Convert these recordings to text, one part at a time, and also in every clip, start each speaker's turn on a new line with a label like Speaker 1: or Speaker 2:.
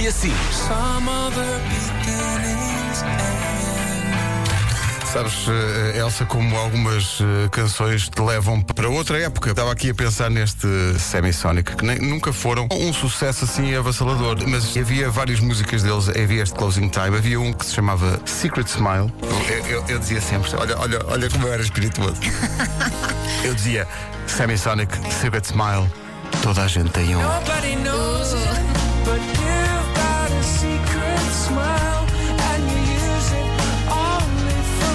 Speaker 1: e Assis.
Speaker 2: Sabes, eh, Elsa, como algumas eh, canções te levam para outra época. Estava aqui a pensar neste Semisonic, que nem- nunca foram um sucesso assim avassalador, mas havia várias músicas deles, havia este Closing Time, havia um que se chamava Secret Smile. Eu, eu- eu dizia sempre, olha, olha, olha como eu era espirituoso. eu dizia Semisonic, Secret Smile, toda a gente tem um.
Speaker 3: Nobody knows it, but you've got a secret smile, and you use it only for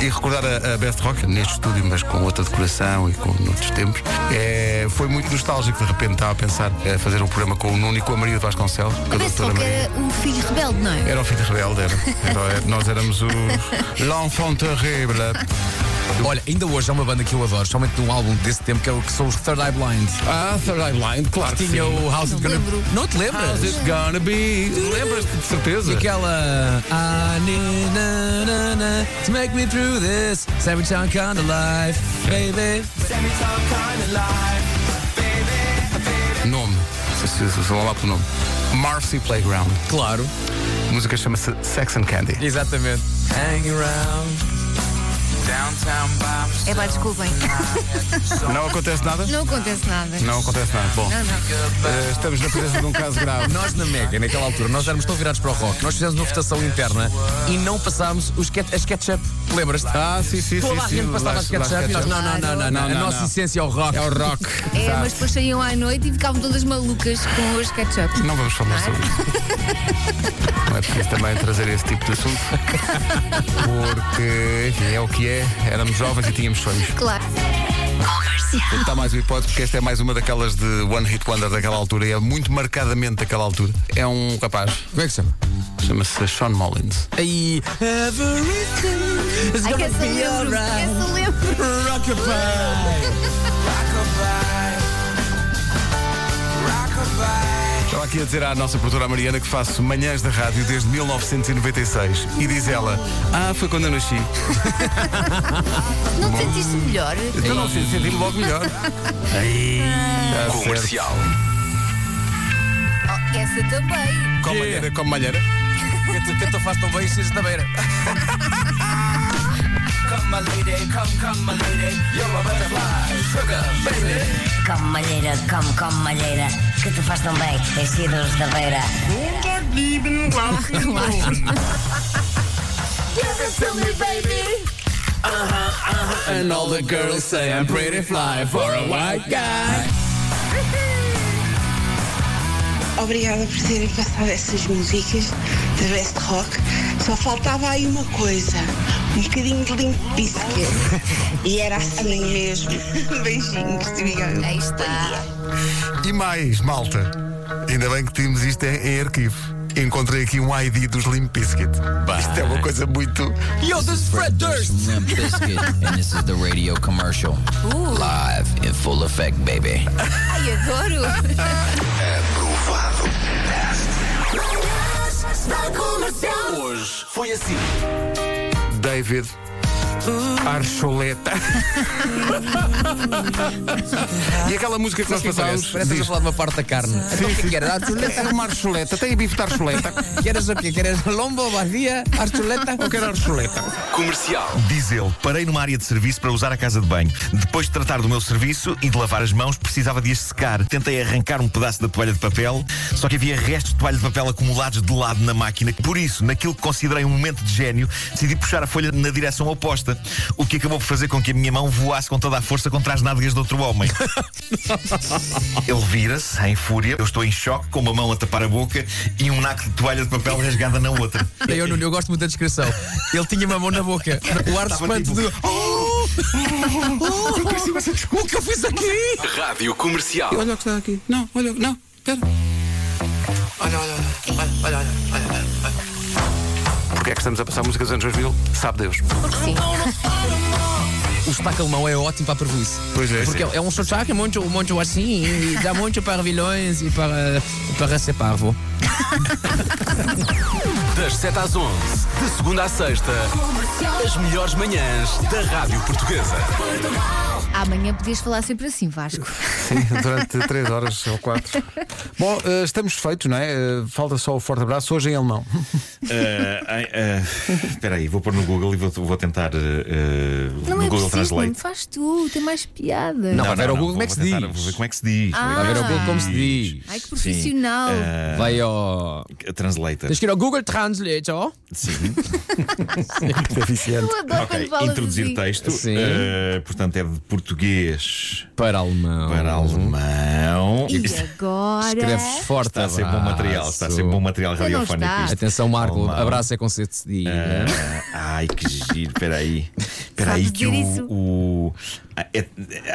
Speaker 3: me.
Speaker 2: E recordar a, a Best Rock, neste estúdio, mas com outra decoração e com outros tempos, é, foi muito nostálgico. De repente estava a pensar a fazer um programa com o Nuno e com a Maria de Vasconcelos, com a
Speaker 4: Parece só
Speaker 2: doutora
Speaker 4: que
Speaker 2: Maria.
Speaker 4: era um filho rebelde, não é?
Speaker 2: Era o filho rebelde, era. Era- Nós éramos o L'Enfant Terrible.
Speaker 1: Olha, ainda hoje há uma banda que eu adoro, somente de um álbum desse tempo, que, é o, que são os Third Eye Blind.
Speaker 5: Ah, Third Eye Blind, claro que
Speaker 1: Tinha
Speaker 5: sim.
Speaker 1: o House
Speaker 4: Não
Speaker 1: It Gonna...
Speaker 4: lembro.
Speaker 1: Não te lembras?
Speaker 5: How's it gonna be? Lembras-te de certeza?
Speaker 1: E aquela I need na, na, na, to make me through this It's every time kind of life, baby
Speaker 2: Nome. Se- se- se- se- Vão lá pelo nome. Marcy Playground.
Speaker 1: Claro,
Speaker 2: A música chama-se Sex and Candy.
Speaker 1: exatamente Hang around
Speaker 4: É pá, desculpem.
Speaker 2: Não acontece nada?
Speaker 4: Não acontece nada.
Speaker 2: Não acontece nada. Bom,
Speaker 4: Não, não.
Speaker 2: eh, estamos na presença de um caso grave.
Speaker 1: Nós na Mega, naquela altura, nós éramos tão virados para o rock Nós fizemos uma votação interna e não passámos os ket- as ketchup Lembras-te?
Speaker 2: Ah, sim, sim,
Speaker 1: Toda a
Speaker 2: sim.
Speaker 1: gente
Speaker 2: sim.
Speaker 1: passava as
Speaker 2: Lá- lá
Speaker 1: ketchup e nós,
Speaker 2: ketchup.
Speaker 1: não, não, não, não, não,
Speaker 2: Não,
Speaker 1: a
Speaker 2: não,
Speaker 1: nossa
Speaker 2: não.
Speaker 1: essência é o rock
Speaker 2: É o rock.
Speaker 4: É,
Speaker 2: Exato.
Speaker 4: mas depois saíam à noite e ficavam todas malucas com os ketchup.
Speaker 2: Não vamos falar sobre isso. Não é preciso também trazer esse tipo de assunto. Porque, enfim, é o que é. Éramos jovens e tínhamos sonhos.
Speaker 4: Claro.
Speaker 2: Está mais uma hipótese, porque esta é mais uma daquelas de One Hit Wonder daquela altura. E é muito marcadamente daquela altura. É um rapaz,
Speaker 1: Como é que se chama?
Speaker 2: chama-se Sean Mullins.
Speaker 1: Aí Everything is
Speaker 4: Ai, que
Speaker 1: gonna
Speaker 4: essa
Speaker 1: be
Speaker 4: lembro.
Speaker 6: ah.
Speaker 1: alright
Speaker 4: Essa lembro.
Speaker 1: Rockabye
Speaker 2: Estava aqui a dizer à nossa produtora Mariana que faço manhãs da rádio desde 1996. E diz ela, ah, foi quando eu nasci.
Speaker 4: Não te sentiste melhor?
Speaker 2: Então não sei, senti-me logo melhor. Tá Comercial.
Speaker 4: Oh, essa também.
Speaker 2: Como malheira, como malheira.
Speaker 1: Tenta- Tenta faz tão bem seja da beira
Speaker 7: Come malheira, come, come malheira, que tu faz tão bem, és cidros da beira.
Speaker 1: And all the girls say I'm pretty fly for a white guy
Speaker 8: Obrigada por terem passado essas músicas da Best Rock. Só faltava aí uma coisa, um bocadinho de Limp Bizkit. E era assim mesmo. Beijinhos, te digam.
Speaker 4: Aí está.
Speaker 2: E mais, malta. Ainda bem que temos isto em, em arquivo. Encontrei aqui um ID dos Limp Bizkit. Isto é uma coisa muito.
Speaker 1: Yo, this is Fred Durst
Speaker 9: Limp Biscuit, and this is the radio commercial. Live in full effect, baby.
Speaker 4: Ai, adoro.
Speaker 2: David Archoleta. e aquela música que nós passámos.
Speaker 1: Parece que
Speaker 2: diz-
Speaker 1: a falar de uma parte da carne Então o que é que era? A chuleta?
Speaker 2: Era uma archoleta, tem bife de archoleta.
Speaker 1: Queres o quê? Queres lombo, vazia, a chuleta?
Speaker 2: Eu quero archoleta.
Speaker 6: Diz ele, parei numa área de serviço para usar a casa de banho. Depois de tratar do meu serviço e de lavar as mãos, precisava de as secar. Tentei arrancar um pedaço da toalha de papel, só que havia restos de toalha de papel acumulados de lado na máquina. Por isso, naquilo que considerei um momento de gênio, decidi puxar a folha na direção oposta, o que acabou por fazer com que a minha mão voasse com toda a força contra as nádegas de outro homem. Ele vira-se em fúria, eu estou em choque, com uma mão a tapar a boca e um naco de toalha de papel rasgada na outra.
Speaker 1: Eu, Nuno, eu gosto muito da descrição Ele tinha uma mão na boca O ar de
Speaker 6: Estava
Speaker 1: espanto
Speaker 6: tipo-
Speaker 1: do Oh! Oh! O que eu fiz aqui?
Speaker 10: Rádio Comercial.
Speaker 2: Olha o que está aqui. Não, olha, não, espera. Porque é que estamos a passar música dos anos 2000? Sabe Deus.
Speaker 1: O sotaque alemão é ótimo para a prejuízo
Speaker 2: Pois é,
Speaker 1: Porque é um sotaque muito, muito assim E dá muito para vilões e para, para ser parvo
Speaker 10: Das 7 às 11, de segunda à sexta, as melhores manhãs da Rádio Portuguesa.
Speaker 4: Amanhã podias falar sempre assim, Vasco.
Speaker 2: Sim, durante 3 horas ou 4. Bom, eh, estamos feitos, não é? Eh, falta só o forte abraço, hoje em alemão.
Speaker 6: Eh, ai, eh, Espera aí, vou pôr no Google e vou, vou tentar eh, eh,
Speaker 4: Não
Speaker 6: no
Speaker 4: é
Speaker 6: Google
Speaker 4: preciso,
Speaker 6: Translate.
Speaker 4: não faz tu, tem mais piada.
Speaker 6: Ah, Não,
Speaker 1: vai ver ao
Speaker 6: não,
Speaker 1: Google como é que
Speaker 6: vou
Speaker 1: se
Speaker 6: tentar-
Speaker 1: diz.
Speaker 6: Vou ver como é que se diz. vou
Speaker 4: Ah.
Speaker 1: A ver ao
Speaker 6: se
Speaker 1: Google como se diz.
Speaker 4: Ai, que profissional.
Speaker 6: Sim. Eh,
Speaker 1: Vai ao.
Speaker 6: Translator.
Speaker 1: Tens que ir ao Google Translate, ó.
Speaker 6: Sim.
Speaker 1: Deficiente.
Speaker 4: Eu adoro
Speaker 6: Ok,
Speaker 4: quando falas
Speaker 6: introduzir
Speaker 4: assim.
Speaker 6: texto.
Speaker 1: Sim.
Speaker 6: Eh, portanto, é de português
Speaker 1: Para alemão.
Speaker 6: para alemão.
Speaker 4: E agora?
Speaker 1: Escreves forte.
Speaker 6: Está a ser bom material, está a ser bom material
Speaker 4: Então não
Speaker 6: radiofónico.
Speaker 4: está.
Speaker 6: isto.
Speaker 1: Atenção, Marco,
Speaker 6: Alemão.
Speaker 1: abraço é com C cedilha.
Speaker 6: Ah, ai, que giro, peraí. Peraí,
Speaker 4: Sabes
Speaker 6: que
Speaker 4: dizer isso?
Speaker 6: o. o- a- é-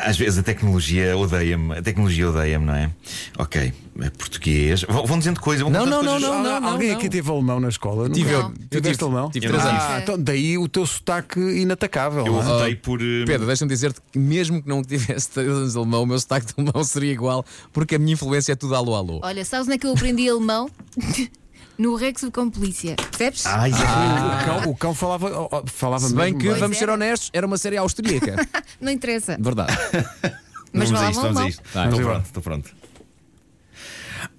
Speaker 6: às vezes a tecnologia odeia-me. A tecnologia odeia-me, não é? Ok, é português. Vão, vão dizendo coisas. Vão
Speaker 1: Não,
Speaker 6: contando
Speaker 1: não, não,
Speaker 6: coisas.
Speaker 1: não, não,
Speaker 2: Al-
Speaker 1: não.
Speaker 2: Alguém
Speaker 1: não.
Speaker 2: aqui teve alemão na escola? Não.
Speaker 1: Tive eu.
Speaker 4: Não.
Speaker 1: Eu
Speaker 2: Tu
Speaker 1: tive-
Speaker 2: tiveste alemão?
Speaker 1: Tive
Speaker 6: Eu
Speaker 1: três
Speaker 6: não
Speaker 1: anos.
Speaker 4: Ah.
Speaker 2: Então, daí o teu sotaque inatacável.
Speaker 6: Eu
Speaker 2: não é?
Speaker 6: optei por. hum,
Speaker 1: Ah, Pedro, deixa-me dizer-te que mesmo que não tivesse três anos de alemão, o meu sotaque de alemão seria igual, porque a minha influência é tudo alô alô.
Speaker 2: Oh,
Speaker 4: Olha, sabes onde é que eu aprendi alemão? no Rex com polícia. Percebes?
Speaker 6: Ai,
Speaker 1: Ah.
Speaker 2: O cão, o cão falava, ó, ó, falava
Speaker 1: Se bem
Speaker 2: mesmo
Speaker 1: que,
Speaker 2: bem.
Speaker 1: vamos
Speaker 4: é.
Speaker 1: ser honestos, era uma série austríaca.
Speaker 4: Não interessa.
Speaker 1: Verdade.
Speaker 4: Mas
Speaker 6: vamos
Speaker 4: falavam
Speaker 6: a isto, vamos a
Speaker 4: alemão.
Speaker 6: isto.
Speaker 1: Vai.
Speaker 6: Estou
Speaker 1: Vamos
Speaker 6: pronto, estou pronto.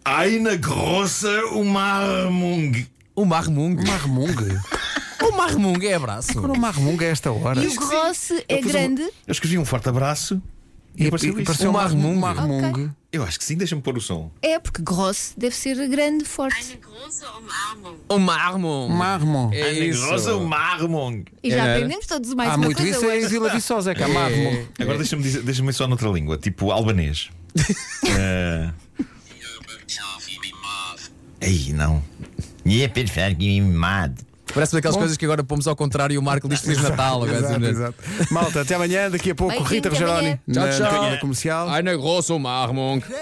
Speaker 6: Eine große Umarmung.
Speaker 1: O Marmung.
Speaker 2: Marmunga.
Speaker 1: O Marmung é abraço.
Speaker 2: Agora o Marmunga a esta hora.
Speaker 4: E o grosso é
Speaker 6: Eu fiz um-
Speaker 4: grande.
Speaker 6: Eu escrevi um forte abraço e, apareceu
Speaker 2: e
Speaker 6: isto.
Speaker 2: pareceu
Speaker 1: O
Speaker 2: um
Speaker 1: Marmunga.
Speaker 2: Marmunga.
Speaker 4: Ok.
Speaker 6: Eu acho que sim, deixa-me pôr o som.
Speaker 4: É, porque grosso deve ser grande, forte.
Speaker 1: O Marmung.
Speaker 2: Marmung.
Speaker 1: É
Speaker 6: Eine
Speaker 1: isso.
Speaker 6: große Umarmung.
Speaker 4: E já
Speaker 1: Era.
Speaker 4: aprendemos todos mais
Speaker 2: Há
Speaker 4: uma
Speaker 2: muito
Speaker 4: coisa
Speaker 2: isso, é
Speaker 4: hoje.
Speaker 2: Isila Viçosa, é que há Marmung.
Speaker 1: É.
Speaker 6: Agora deixa-me dizer- deixa-me ir só noutra língua, tipo albanês. Eh, Ei, não. E é perfeito que mimado.
Speaker 1: Parece daquelas coisas que agora pomos ao contrário e o Marco diz Feliz Natal. agora,
Speaker 2: Exato,
Speaker 1: assim,
Speaker 2: exato. Malta, até amanhã, daqui a pouco,
Speaker 4: Beijinho,
Speaker 2: Rita
Speaker 4: até
Speaker 2: Rogeroni
Speaker 4: amanhã.
Speaker 2: na
Speaker 1: Tchau, tchau.
Speaker 2: Antena comercial.
Speaker 1: Eine große Umarmung.